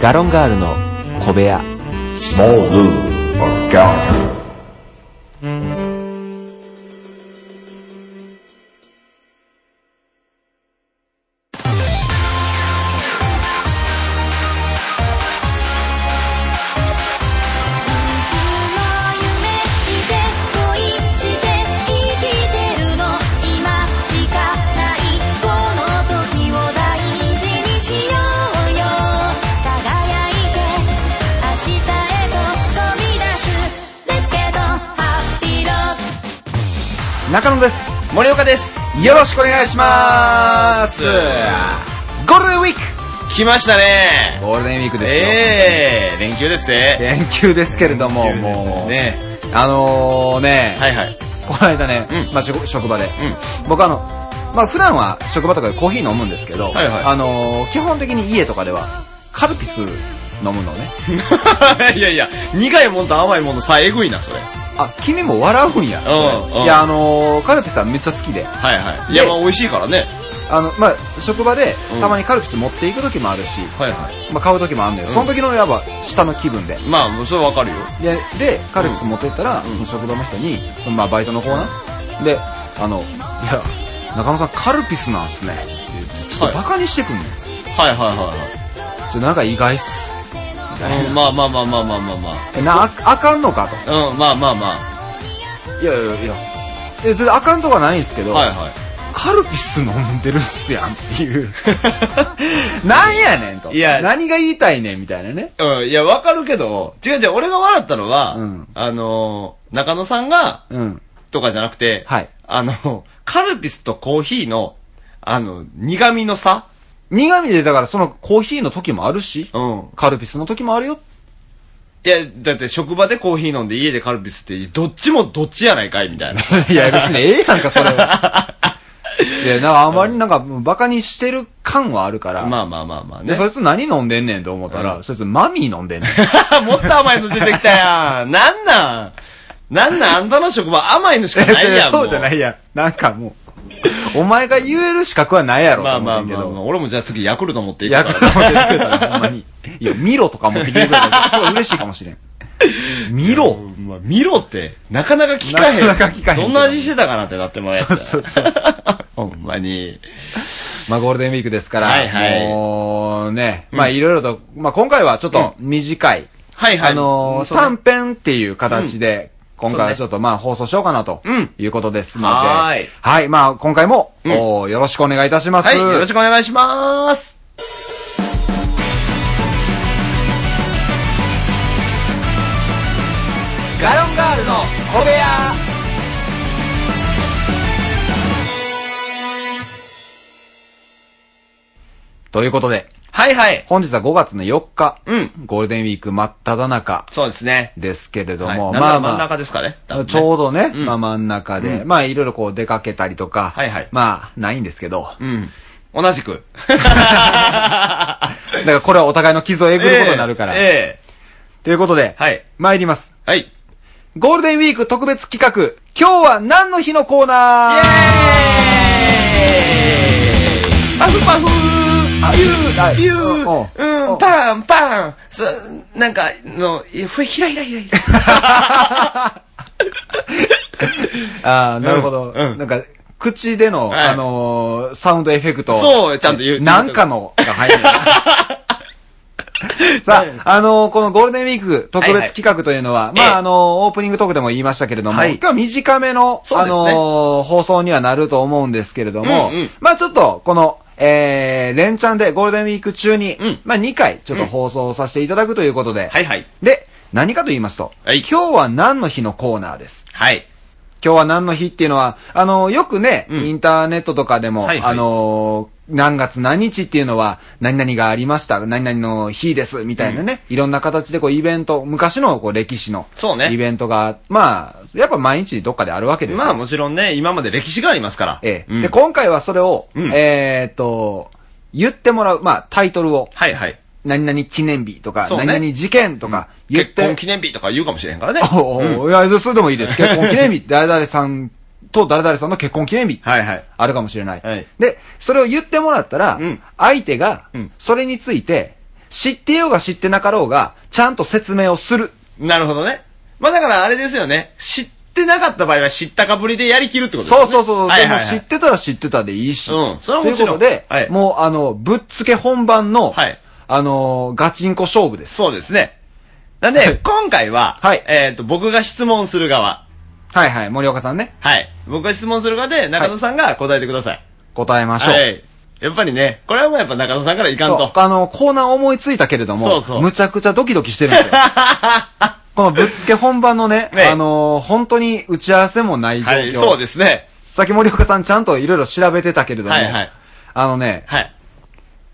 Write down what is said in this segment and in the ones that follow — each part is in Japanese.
ガロンガールの小部屋 Small Lou or Gallagher. いつも夢見て恋して生きてるの今しかないこの時を大事にしようよ輝いて明日へと飛び出す Let's get on happy road 中野です森岡ですよろしくお願いしますゴールデンウィーク来ましたねゴールデンウィークですよ、ええ連休ですね連休ですけれども、もう、ねあのーね、はいはいこの間ね、うんまあ、職職場で、うん僕あの、まあ、普段は職場とかでコーヒー飲むんですけど、はいはいあのー基本的に家とかでは、カルピス飲むのね。い やいや、苦いもんと甘いもんの差えぐいな、それ。あ、君も笑うんや。うんうんいや、あのーカルピスはめっちゃ好きで、はいはい。いや、ねまあ美味しいからね。あの、まあ、職場でうんたまにカルピス持っていく時もあるし、はいはい。まあ、買う時もあるんだよ。その時の、やっぱ、下の気分で。まあ、もうそれわかるよ。で、で、カルピス持ってったら、その職場の人に、まあ、バイトの子な。で、あの、いや、中野さん、カルピスなんすね。って言ってちょっとバカにしてくんねん。ちはいはいはいはい。ょっとなんか意外っす。みたいなうんまあまあまあまあまあまあまえな、ああかんのかと。あ。うん、まあまあまいやいやいや。え、それあかんとかないんですけあ。ど、はいはい。カルピス飲んでるっすやんって いう。なんやねんと。いや何が言いたいねんみたいなね。うん、いや、わかるけど、違う違う、俺が笑ったのは、うんあのー、中野さんが、うん。とかじゃなくて、はいあの、カルピスとコーヒーの、あの、苦味の差苦味で、だからそのコーヒーの時もあるし、うん。カルピスの時もあるよ。いや、だって職場でコーヒー飲んで家でカルピスって、どっちもどっちやないかいみ たいな。いや、別にええやん か、それは。いや、なんかあまりなんか、バカにしてる感はあるから。まあまあまあまあで、ね。そいつ何飲んでんねんと思ったら、そいつマミー飲んでんねん。 もっと甘いの出てきたやん。なんなんなんなんあんたの職場甘いのしか ないや ん。。そうじゃないいやん。なんかもう、お前が言える資格はないやろ、まあまあとまあまあ、思う俺もじゃあ次ヤクルト持ってけいど。くかヤらク。ルト持ってきてたら、ほんまに。いや、ミロとか持ってきてくれたら、ちょっと嬉しいかもしれん。ミロうんまあ見ろって、なかなか聞かへん。なかなか聞かへんどんな味してたかなってなってもらえた。そうそうそう。ほんまに。まあ、ゴールデンウィークですから、はいはいもうね、まあ、いろいろと、まあ、今回はちょっと短い、はいはい。あのーそうね短編っていう形で、今回はちょっとまあ放送しようかなとうんいうことですので、はーいはい、まあ今回も、うんおーよろしくお願いいたします。はい、よろしくお願いします。ガロンガールの小部屋ということで、はいはい。本日は5月の4日、うんゴールデンウィーク真っ只中そうですね。ですけれどはいも、なんなら真ん中ですかね。多分ねちょうどね、うんまあ真ん中で、うんまあいろいろこう出かけたりとか、はいはいまあないんですけど、うん。同じく。だからこれはお互いの傷をえぐることになるから。えということで、えはい。参ります。はい。ゴールデンウィーク特別企画、今日は何の日のコーナーイェーイパフパフあピュあーピュおうーう、おうんパンパンすなんか、の、ふひらひらひらひら。ああ、なるほど。うんうんなんか、口での、はいあのーサウンドエフェクト。そうちゃんと言うなんかのが入 る。さあ、あのーこのゴールデンウィーク特別企画というのは、いはいまあ、ええあのーオープニングトークでも言いましたけれども、はい今日は短めの、そうあですねのー放送にはなると思うんですけれども、うんうんまあ、ちょっと、この、えー、連チャンでゴールデンウィーク中に、うんまあ、2回、ちょっと放送させていただくということで、はいはい。で、何かと言いますと、はい今日は何の日のコーナーです。はい。今日は何の日っていうのは、あの、よくね、うんインターネットとかでも、はいはいあの、何月何日っていうのは、何々がありました、何々の日です、みたいなね、いろんな形でこうイベント、昔のこう歴史の、そうねイベントが、まあ、やっぱ毎日どっかであるわけですよまあもちろんね、今まで歴史がありますから。ええうんで、今回はそれを、うんえーっと、言ってもらう、まあ、タイトルを、はいはい。何々記念日とか、そうね何々事件とか言っ結て、婚記念日とか言うかもしれへんからね。おうおういや、それでもいいです。結婚記念日。誰々さんと誰々さんの結婚記念日。はいはい。あるかもしれない。はいで、それを言ってもらったら、うん相手がうん、それについて、知ってようが知ってなかろうが、ちゃんと説明をする。なるほどね。まあだからあれですよね。知ってなかった場合は知ったかぶりでやりきるってことですそね。うそうそう。はいはい、でもは知いっ。てたら知ってたでいいし。うんそれはもちろんということで、はいもうあの、ぶっつけ本番の、はいあのー、ガチンコ勝負です。そうですね。なんで、今回は、はいえっ、と、僕が質問する側。はいはい、森岡さんね、はい。僕が質問する側で、中野さんが答えてください。答えましょう。はい。やっぱりね、これはもうやっぱ中野さんからいかんそうと。あの、コーナー思いついたけれども、そうそうむちゃくちゃドキドキしてるん ですよ。このぶっつけ本番のね、ねあのー本当に打ち合わせもない状況。はい、そうですね。さっき森岡さんちゃんといろいろ調べてたけれども、はいはいあのね、はい。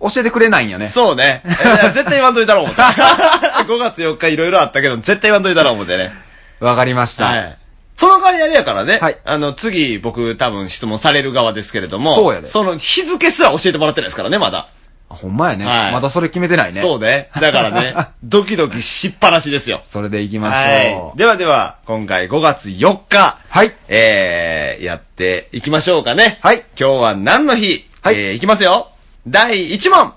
教えてくれないんよね。そうね。えいや絶対言わんといたろ、思って。5月4日いろいろあったけど、絶対言わんといたろ、思ってね。わかりました。はい。その代わりあれやからね。はいあの、次、僕、多分質問される側ですけれども。そうやでその日付すら教えてもらってないですからね、まだ。ほんまやね、はいまだそれ決めてないね。そうね。だから ね、ドキドキしっぱなしですよ。それで行きましはょい。う。ではでは、今回5月4日。はい。えー、やっていきましょうかね。はい今日は何の日はいえー、いきますよ。第1問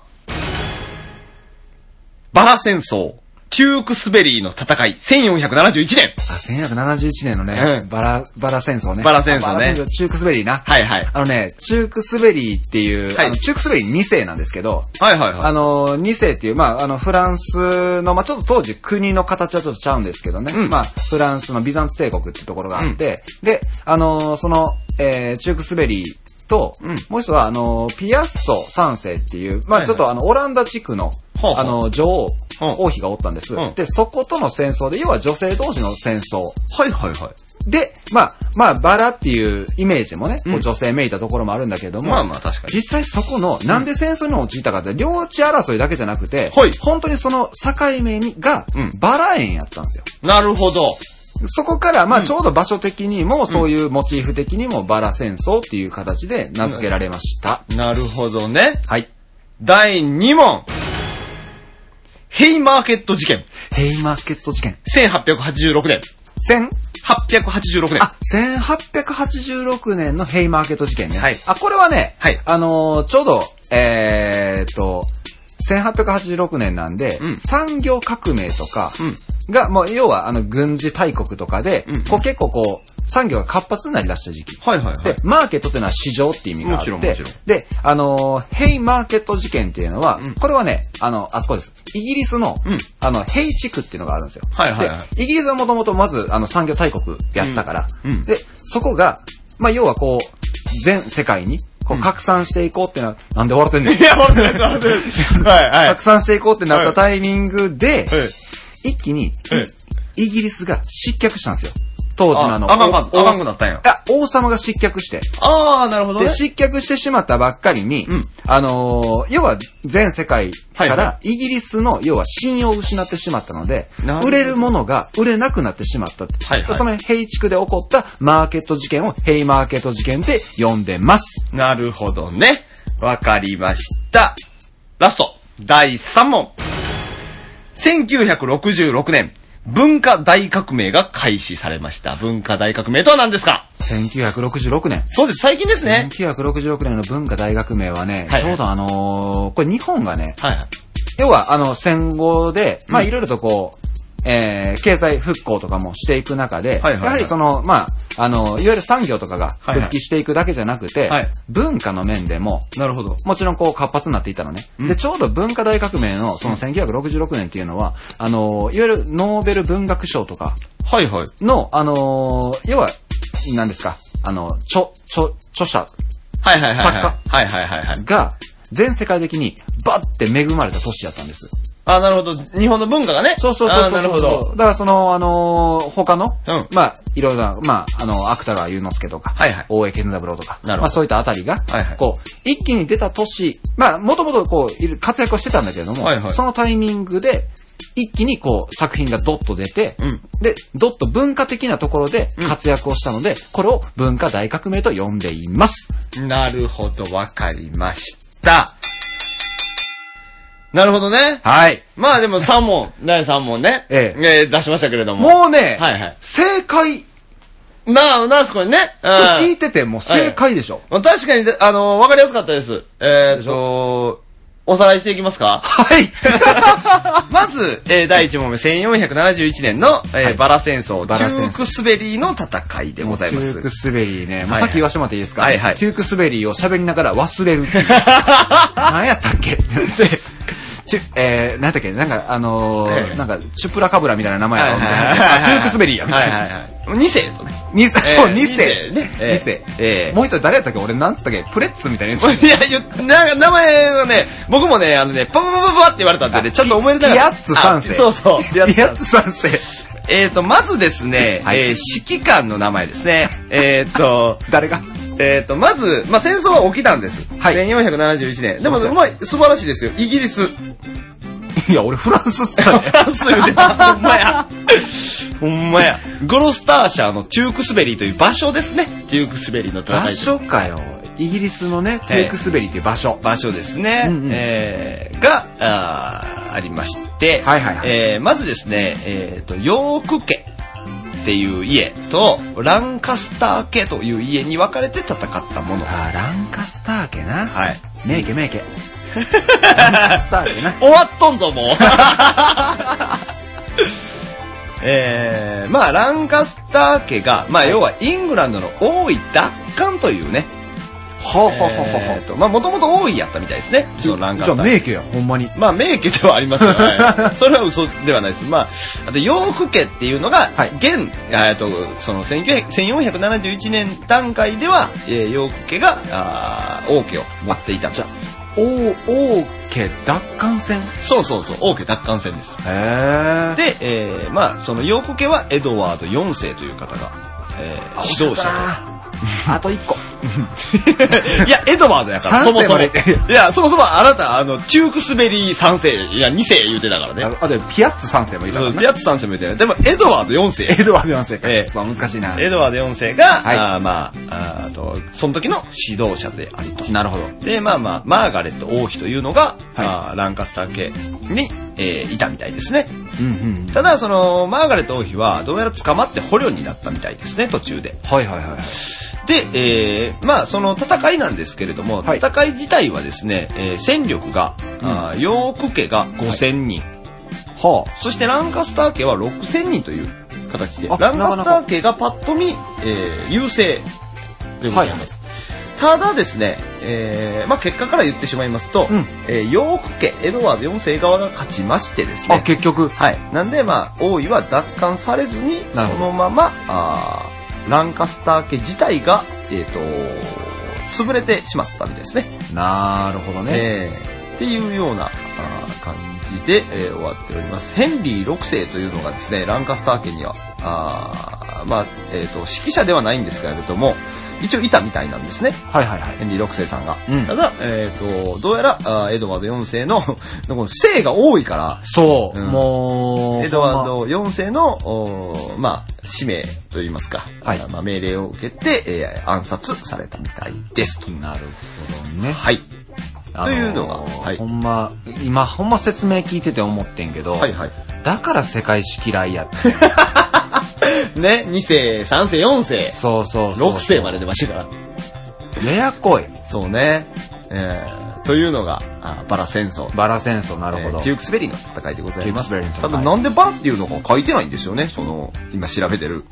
バラ戦争、チュークスベリーの戦い、1471年。あ1171年のね、うんバラ、バラ戦争ね。バラ戦争ねあバラ戦争、チュークスベリーな。はいはい。あのね、チュークスベリーっていう、はいあのチュークスベリー2世なんですけど、はいはいあの、2世っていう、まあ、あの、フランスの、まあ、ちょっと当時国の形はちょっとちゃうんですけどね。うんまあ、フランスのビザンツ帝国っていうところがあって、で、あの、その、えー、チュークスベリーと、うんもう一つは、あの、ピアッソ3世っていう、まあ、はいはいちょっとあの、オランダ地区の、ほうほあうの、女王、うん王妃がおったんです、うんで、そことの戦争で、要は女性同士の戦争。はいはいはい。で、まあ、まあ、バラっていうイメージもね、こうんう女性めいたところもあるんだけども、まあまあ確かに。実際そこの、なんで戦争に陥ったかって、領地争いだけじゃなくて、はい本当にその境目にがうん、バラ園やったんですよ。なるほど。そこから、まうあんちょうど場所的にも、そういうモチーフ的にも、バラ戦争っていう形で名付けられました。なるほどね。はい。第2問。ヘイマーケット事件。ヘイマーケット事件。 1886年。千886年。あ、1886年のヘイマーケット事件ね。はいあ、これはね、はいあのーちょうど、えーっと、1886年なんで、うん産業革命とかうんが、もう要はあの軍事大国とかで、うんこう結構こう、産業が活発になりだした時期。はいはいはで、マーケットっていうのは市場っていう意味があって、もちろんもちろんで、あのーヘイマーケット事件っていうのは、うんこれはね、あの、あそこです。イギリスの、うんあの、ヘイ地区っていうのがあるんですよ。はいはいはいでイギリスはもともとまず、あの、産業大国やったから、うんうんで、そこが、まあ、要はこう、全世界に、こううん拡散していこうっていうのは、なんで笑ってんねんい。や、本当です、本当です。 はいはい拡。散していこうってなったタイミングで、え一気に、えイギリスが失脚したんですよ。当時のあの、ああかんかんおあかんくなったんやいや、王様が失脚して。ああ、なるほどねで、。失脚してしまったばっかりに、うんあのー要は全世界かはいはらイギリスの要は信用を失ってしまったのでなるほ、ど売れるものが売れなくなってしまったって。はいはいそのヘイ地区で起こったマーケット事件をヘイマーケット事件って呼んでます。なるほどね。わかりました。ラスト、第3問。1966年、文化大革命が開始されました。文化大革命とは何ですか1966年。そうです、最近ですね。 1966年の文化大革命はね、はいちょうどあのーこれ日本がね、はいはい。要はあの戦後で、まあうんいろいろとこう、えー、経済復興とかもしていく中で、はいはいはいやはりその、まあ、あの、いわゆる産業とかがはいはい復帰していくだけじゃなくて、はい文化の面でも、なるほど。もちろんこう活発になっていたのね。うんで、ちょうど文化大革命のその1966年っていうのは、あの、いわゆるノーベル文学賞とかはいはい。の、あの、要は、何ですか、あの、著、著、著者はいはいはいはい。作家はいはいはいはい。が全世界的にバッて恵まれた年だったんです。あ、なるほど。日本の文化がね。そうそうそうそうあなるほど。だからその、あのー他の、うんまあ、いろいろな、まあ、あの、芥川龍之介とか、はいはい大江健三郎とか、なるほどまあそういったあたりが、はいはいこう、一気に出た年、まあ、もともとこういる、活躍をしてたんだけれども、はいはいそのタイミングで、一気にこう、作品がドッと出て、うんで、ドッと文化的なところで活躍をしたので、これを文化大革命と呼んでいます。なるほど、わかりました。なるほどね。はい。まあでも3問、第3問ね。ええー出しましたけれども。もうね、はいはい正解なあ、なあ、すこれね。うとん聞いてても正解でしょ。まあ確かに、あのわかりやすかったです。えっ、と、おさらいしていきますかはい。まず、えー第1問目、1471年の、えーバラ戦争、バラ戦争中ク滑りの戦いでございまトゥーすク。スベリーね。まあ、はいはいさっき言わしてもらっていいですかはいはいトゥークスベリーを喋りながら忘れる っていう。何やったっけって チュえー、何やったっけなんか、あのー、ええなんか、チュプラカブラみたいな名前やろみたいなはいはいはいあトゥークスベリーやみはたいいはいな。はい。2世とね。二世、そう、ええ二世。二世ねええ二世。ええもう一人誰やったっけ俺なんつったっけプレッツみたいなやつ。 いや、言っなんか名前はね、僕もね、あのね、パパパパパって言われたんでね、ちょっと思い出ながピら。アッツ三世。あそうそう。ピアッツ三世。えっ、と、まずですね、はいえー指揮官の名前ですね。えっ、と、誰がえっ、と、まず、まあ、戦争は起きたんです。はい1471年。でも、そうそうまあ、素晴らしいですよ。イギリス。いや、俺フランスっつったねフランス言うてた。ほんまや。ほんまや。グロスターシャーのチュークスベリーという場所ですね。チュークスベリーの戦い。場所かよ。イギリスのね、トゥークスベリーっていう場所。場所ですね、うんうんえーがあーありまして、はいはいはいえーまずですね、えーとヨーク家っていう家とランカスター家という家に分かれて戦ったもの。あー、ランカスター家な。はい。名家名家。ランカスター家な。終わっとんぞ、もう。 えー、まあ、ランカスター家が、まあ、要はイングランドの王位奪還というね、ほうほうほうほうほえーとまあ、もともと王位やったみたいですね、う。そのランカスじタゃあー家名家や、ほんまに。まあ、名家ではあ りますよ。はい、それは嘘ではないです。まあ、あと、洋服家っていうのが、はい現、えっと、その、1900 1471年段階では、えー、洋服家が、あー王家を持っていた。じゃ王、王家奪還戦そうそうそう、王家奪還戦です。へえ。で、えー、まあ、その洋服家はエドワード4世という方が、えー、指導者で。あと一個。いや、エドワードやから、三そ世もまそも。でいや、そもそもあなた、あの、チュークスベリー3世、いや、2世言うてたからね。ああと、ピアッツ三世もいたかうらんなやつ3世も言うてたでも、エドワード4世。エドワード四世か。ええそう難しいな。エドワード4世が、いあーまあ、あーと、その時の指導者でありと。なるほど。で、まあまあ、マーガレット王妃というのが、はいあーランカスター家に、えーいたみたいですね。うんうん。ただ、その、マーガレット王妃は、どうやら捕まって捕虜になったみたいですね、途中で。はいはいはい。で、えーまあ、その戦いなんですけれども、はい戦い自体はですね、えー戦力が、あーヨーク家が5000人、はそしてランカスター家は6000人という形で、あランなカスかタなかー家がパッと見、えー優勢でございます。ただですね、えーまあ、結果から言ってしまいますと、うんえーヨーク家、エドワード4世側が勝ちましてですあ。ねあ、、結局。はい。なんで、まあ、王位は奪還されずに、そなるほどのまま、あーランカスター家自体が、えっ、と潰れてしまったんですね。なるほどね。えーっていうようなあー感じで、えー終わっております。ヘンリー6世というのがですね、ランカスター家には、あーまあ、えっ、と、指揮者ではないんですけれども、一応いたみたいなんですね。はいはいはい。ヘンリー6世さんが。うんただ、えっ、と、どうやら、あーエドワード4世の、 この姓が多いから、そう、うんもう。エドワーほんまド4世の、おーまあ、使命といいますか、はいあまあ、命令を受けて、えー暗殺されたみたいですと。なるほどね。はい。あというのがはいほんま、今ほんま説明聞いてて思ってんけど、はいは だから世界史嫌いやって。い。ね、2世、3世、4世、そうそうそう。 6世まで出ましたかややこい。ら。そうね。えー、というのが、あバラ戦争。バラ戦争、なるほど。えー、チュークスベリーの戦いでございます。チュークスベリーの戦たいだなんでバラっていうのか書いてないんですよね、その、今調べてる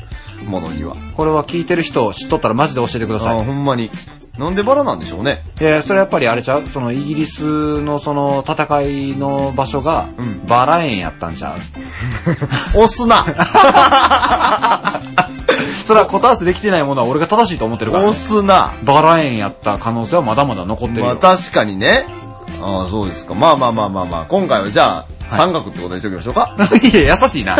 ものには。これは聞いてる人知っとったらマジで教えてくだあさーい。ほんまに。なんでバラなんでしょうね。えーそれやっぱりあれちゃうそのイギリスのその戦いの場所がうん、バラ園やったんちゃう、押 すなそれは答え合わせできてないものは俺が正しいと思ってるから、押ね。すなバラ園やった可能性はまだまだ残ってるよ。まあ確かにね。ああ、そうですか。まあまあまあまあまあ、今回はじゃあ、三角ってことにしておきましょうか。 いや、優しいな。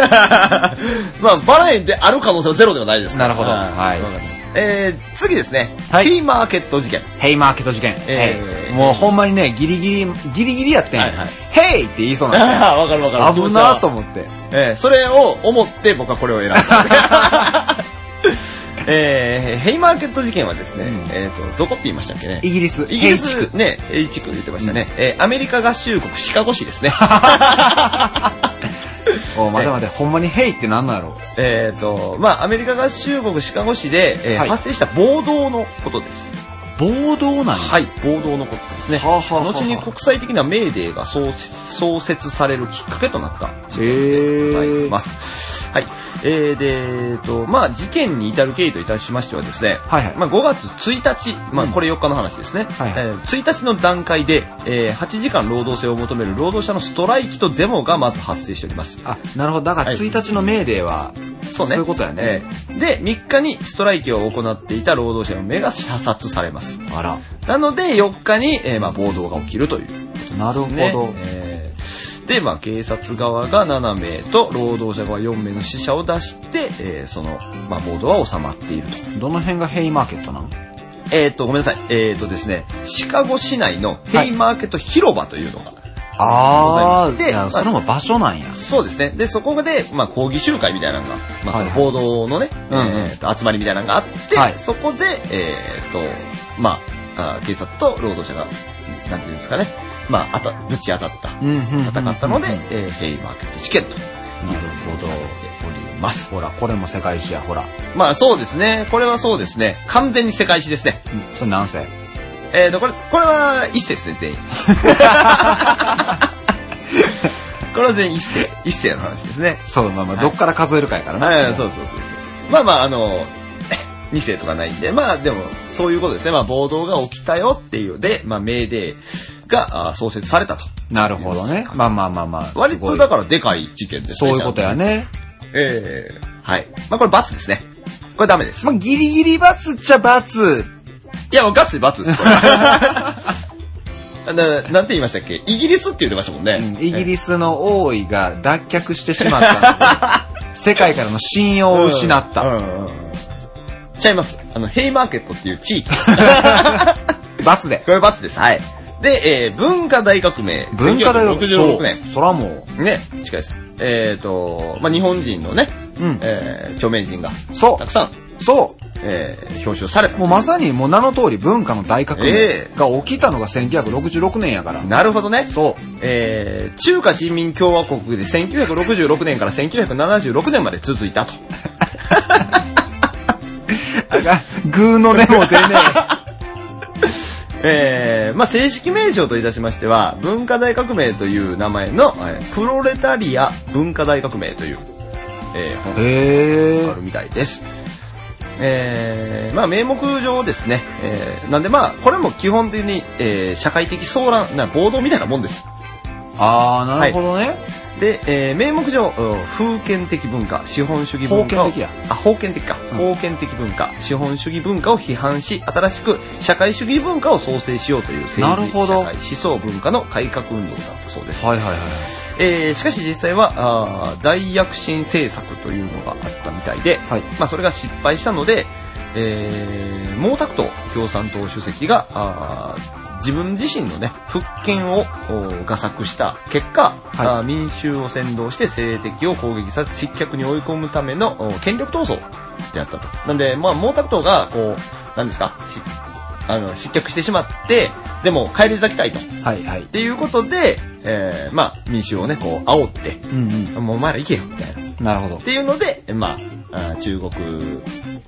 まあ、バラ園である可能性はゼロではないですかならるほどはいわかりましたえー、次ですね。はいフリーマーケット事 件。ヘイマーケット事件。えヘイーもうほんまにね、ギリギリ、ギリギリやってん。はいはいヘイって言いそうなん ああ、わかるわだ危なーとう。思って。えー、それを思って僕はこれを選んだ。 えー、ヘイマーケット事件はですね、うんえっ、と、どこって言いましたっけねイギリス、イギリスヘイ地区。ね、A 地区言ってましたね。えーアメリカ合衆国シカゴ市ですね。お待て待て、ほんまにヘイってなんなんやろえっ、と、まあ、アメリカ合衆国シカゴ市で、えーはい発生した暴動のことです。暴動なんや。はい、暴動のことですね。はあはあはあ後に国際的なメーデーが創設創設されるきっかけとなった事件へでえございます。はい。えー、で、えーと、まあ、事件に至る経緯といたしましてはですね、はいはいまあ、5月1日、まあ、これ4日の話ですね、はいはいえー1日の段階で、えー8時間労働制を求める労働者のストライキとデモがまず発生しております。あ、なるほど。だからはい1日のメーデーは、そうね。そういうことやね。ええで、3日にストライキを行っていた労働者の目が射殺されます。あら、なので、4日に、えーまあ、暴動が起きるということですなるほど。ね。えーで、まあ、警察側が7名と、労働者側4名の死者を出して、えーその、まあ、暴動は収まっていると。どの辺がヘイマーケットなのえーっと、ごめんなさい。えーっとですね、シカゴ市内のヘイマーケット広場というのが、あございましていやそれも場所なんや。そうですね。で、そこで、まあ、抗議集会みたいなのが、まあ、その報道のね、うんうんえーと集まりみたいなのがあって、はいそこで、えーっと、まあ、あー警察と労働者が、なんていうんですかね、まあ、あた、ぶち当たった、うんうんうんうん戦ったので、えーヘイマーケット事件ということでおります。ほら、これも世界史や、ほら。まあ、そうですね。これはそうですね。完全に世界史ですね。それ何世えーと、これ、これは一世ですね、全 員。 これは全員一世、一世の話ですね。そう、まあまあ、どっから数えるかやからはい、な。そうそうそうそう。まあまあ、あの、2世とかないんで、まあでも、そういうことですね。まあ暴動が起きたよっていうで、まあメーデーがあー創設されたと。なるほどね。まあまあまあまあ。割すごといだからでかい事件ですそね。ういうことやね。ちゃんとね。ええはい。まあこれ罰ですね。これダメです。まあ、ギリギリ罰っちゃ罰。いや、もうガッツリ 罰です、これ。ななんて言いましたっけイギリスって言ってましたもんね。うんイギリスの王位が脱却してしまったので、世界からの信用を失った。うんうんうんちゃいます。あの、ヘイマーケットっていう地域。罰で。これ罰です。はい。で、えー、文化大革命。文化大学1966年。そらもね、近いです。えっ、と、まあ、日本人のね、う。うん。えー、著名人が、そたくさん、う。そえー、表彰された。う。もうまさにもう名の通り文化の大革命ええが起きたのが1966年やから。 なるほどね。そえー、中華人民共和国で1966年から1976年まで続いたと。う。あかんグーの根も出ねえー、まあ、正式名称といたしましては、文化大革命という名前の、えープロレタリア文化大革命という、えー、本 え。へあるみたいです。えー、まあ名目上ですね、えー、なんでまあこれも基本的に、えー、社会的騒乱な暴動みたいなもんですあー、なるほどね。で、えー、名目上うん封建的文化資本主義文化を封建的やあ封建的か、封建的文化資本主義文化を批判し新しく社会主義文化を創生しようというな政る治ほ社ど会思想文化の改革運動だったそうですはいはいはい。えーしかし実際はあー大躍進政策というのがあったみたいで、はいまあ、それが失敗したので、えー毛沢東共産党主席があー自分自身の、ね、復権をおー画策した結果、いあー民衆を扇動して政敵を攻撃させ失脚に追い込むためのおー権力闘争であったと。なんで、まあ、毛沢東がこうなんですかしあの失脚してしまってでも帰り咲きたいと。はいはいっ。ていうことで、えー、まあ、民衆をね、こう、煽って、うんうもうお前ら行けよ、みたいな。っん。なるほど。ていうので、まあ、あー中国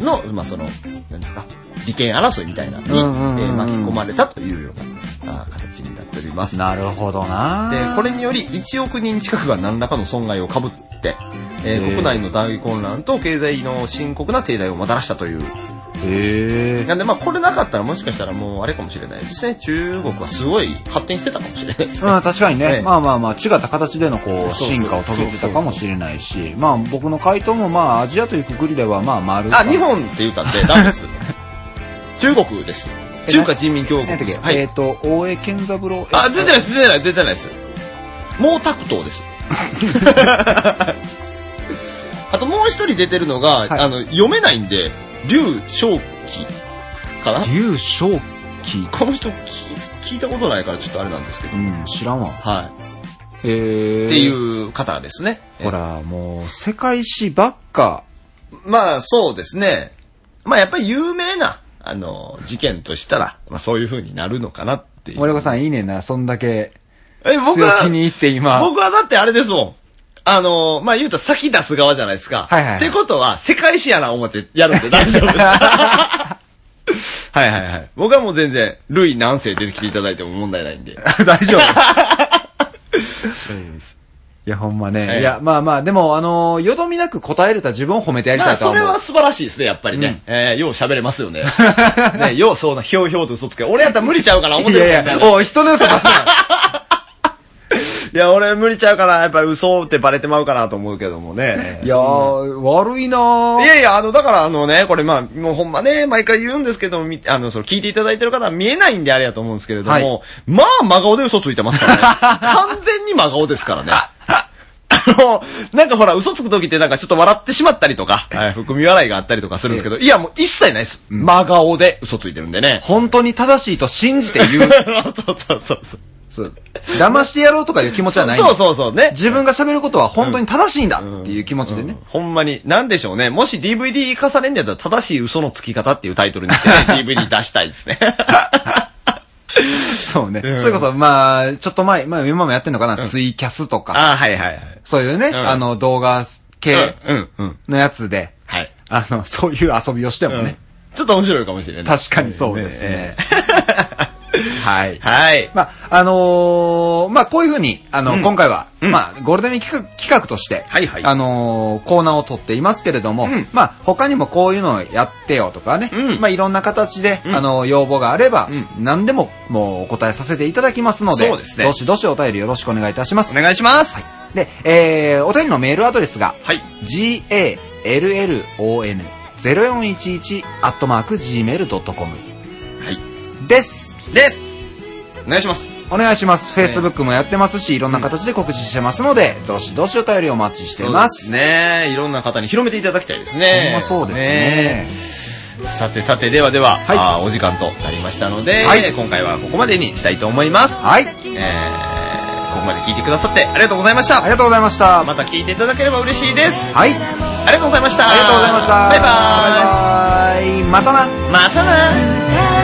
の、まあ、その、なんですか、利権争いみたいなのに、えうんうんうんうんー巻き込まれたというようなあー形になっております。で、なるほどなこれにより1億人近くが何らかの損害をかぶって、えーへー国内の大混乱と経済の深刻な停滞をもたらしたという。へえ。なんでまあこれなかったらもしかしたらもうあれかもしれないですね。中国はすごい発展してたかもしれないですね。まあ確かにね、ええまあまあまあ違った形でのこうそうそう進化を遂げてたかもしれないし、まあ僕の回答もまあアジアというくくりではまあ丸。あ、日本って言ったんで、ダメ です。中国です。中華人民共和何や国ったっでけ、す。えはっ、い。と、大江健三郎。あ、出てないです、出てない、出てないです。毛沢東 です。あともう一人出てるのが、はいあの、読めないんで、劉少奇かな劉少奇。この人聞聞いたことないからちょっとあれなんですけど。うん、知らんわ。はい。へえ。。っていうう方ですね。ほら、もう世界史ばっか。まあそうですね。まあやっぱり有名な、あの、事件としたら、まあそういう風になるのかなっていう。森岡さんいいねんな、そんだけえ、僕強は、気に言って今。僕はだってあれですもん。あのーまあ、言うたら先出す側じゃないですか。はいはいはい ってことは、世界史やな思ってやるんで大丈夫です。はいはいはい。僕はもう全然、ルイ何世出てきていただいても問題ないんで。 大 丈夫。まいや、ほんまね。ええいや、まあまあ、でも、あのーよどみなく答えれた自分を褒めてやりたあ、いとはそ思れう。は素晴らしいですね、やっぱりね。えー、よう喋れますよね。 ね、ようそうな、ひょうひょうと嘘つけ。俺やったら無理ちゃうから思っているもんやいや、おい、人の良さ出すな。いや、俺無理ちゃうから、やっぱり嘘ってバレてまうかなと思うけども ね。いやー、悪いなー。いやいや、あの、だからあのね、これまあ、もうほんまね、毎回言うんですけども、みあの、その、聞いていただいてる方は見えないんであれやと思うんですけれども、はいまあ、真顔で嘘ついてますからね。 完全に真顔ですからね。あの、なんかほら、嘘つく時ってなんかちょっと笑ってしまったり とか、はい、含み笑いがあったりとかするんですけど、いや、もう一切ないです。真顔で嘘ついてるんでね。 本当に正しいと信じて言う。そうそうそうそそう。う騙してやろうとかいう気持ちはないんだそうそうそうね。自分が喋ることは本当に正しいんだっていう気持ちでね。ほんまに、なんでしょうね。もし DVD 化されんだったら、正しい嘘のつき方っていうタイトルに して、DVD 出したいですね。そうね。そうんれこそ、まあ、ちょっと前、まあ今もやってんのかな、ツイキャスとか、 ああ、はいはいはい。そういうね、んあの動画系うん、うん、うん。のやつで、はい。あの、そういう遊びをしてもね、ちょっと面白いかもしれない。確かにそうですね。はい。はい。まあ、あのーまあ、こういうふうに、あの、うん今回は、うんまあ、ゴールデンウィーク企画企画として、はいはいあのーコーナーを取っていますけれども、んまあ、他にもこういうのをやってよとかね、うんまあ、いろんな形で、うんあの、要望があれば、う何でも、もうお答えさせていただきますので、そうですねどしどしお便りよろしくお願いいたしまおす。願いします。はい。で、えー、お便りのメールアドレスが、gallon0411-gmail.com はい。です。です。お願いします。お願いします。Facebook もやってますし、いろんな形で告知してますので、どしどしお便りお待ちしてます。そうですね。いろんな方に広めていただきたいですね。ほんまそうですね。ねさてさて、ではでは、はいあーお時間となりましたので、はい今回はここまでにしたいと思います。はい。えー、ここまで聞いてくださってありがとうございましありた。がとうございました。また聞いていただければ嬉しいです。はい。ありありがとうございました。がとうございました。バイババイバイ。またな。イ。またな。 「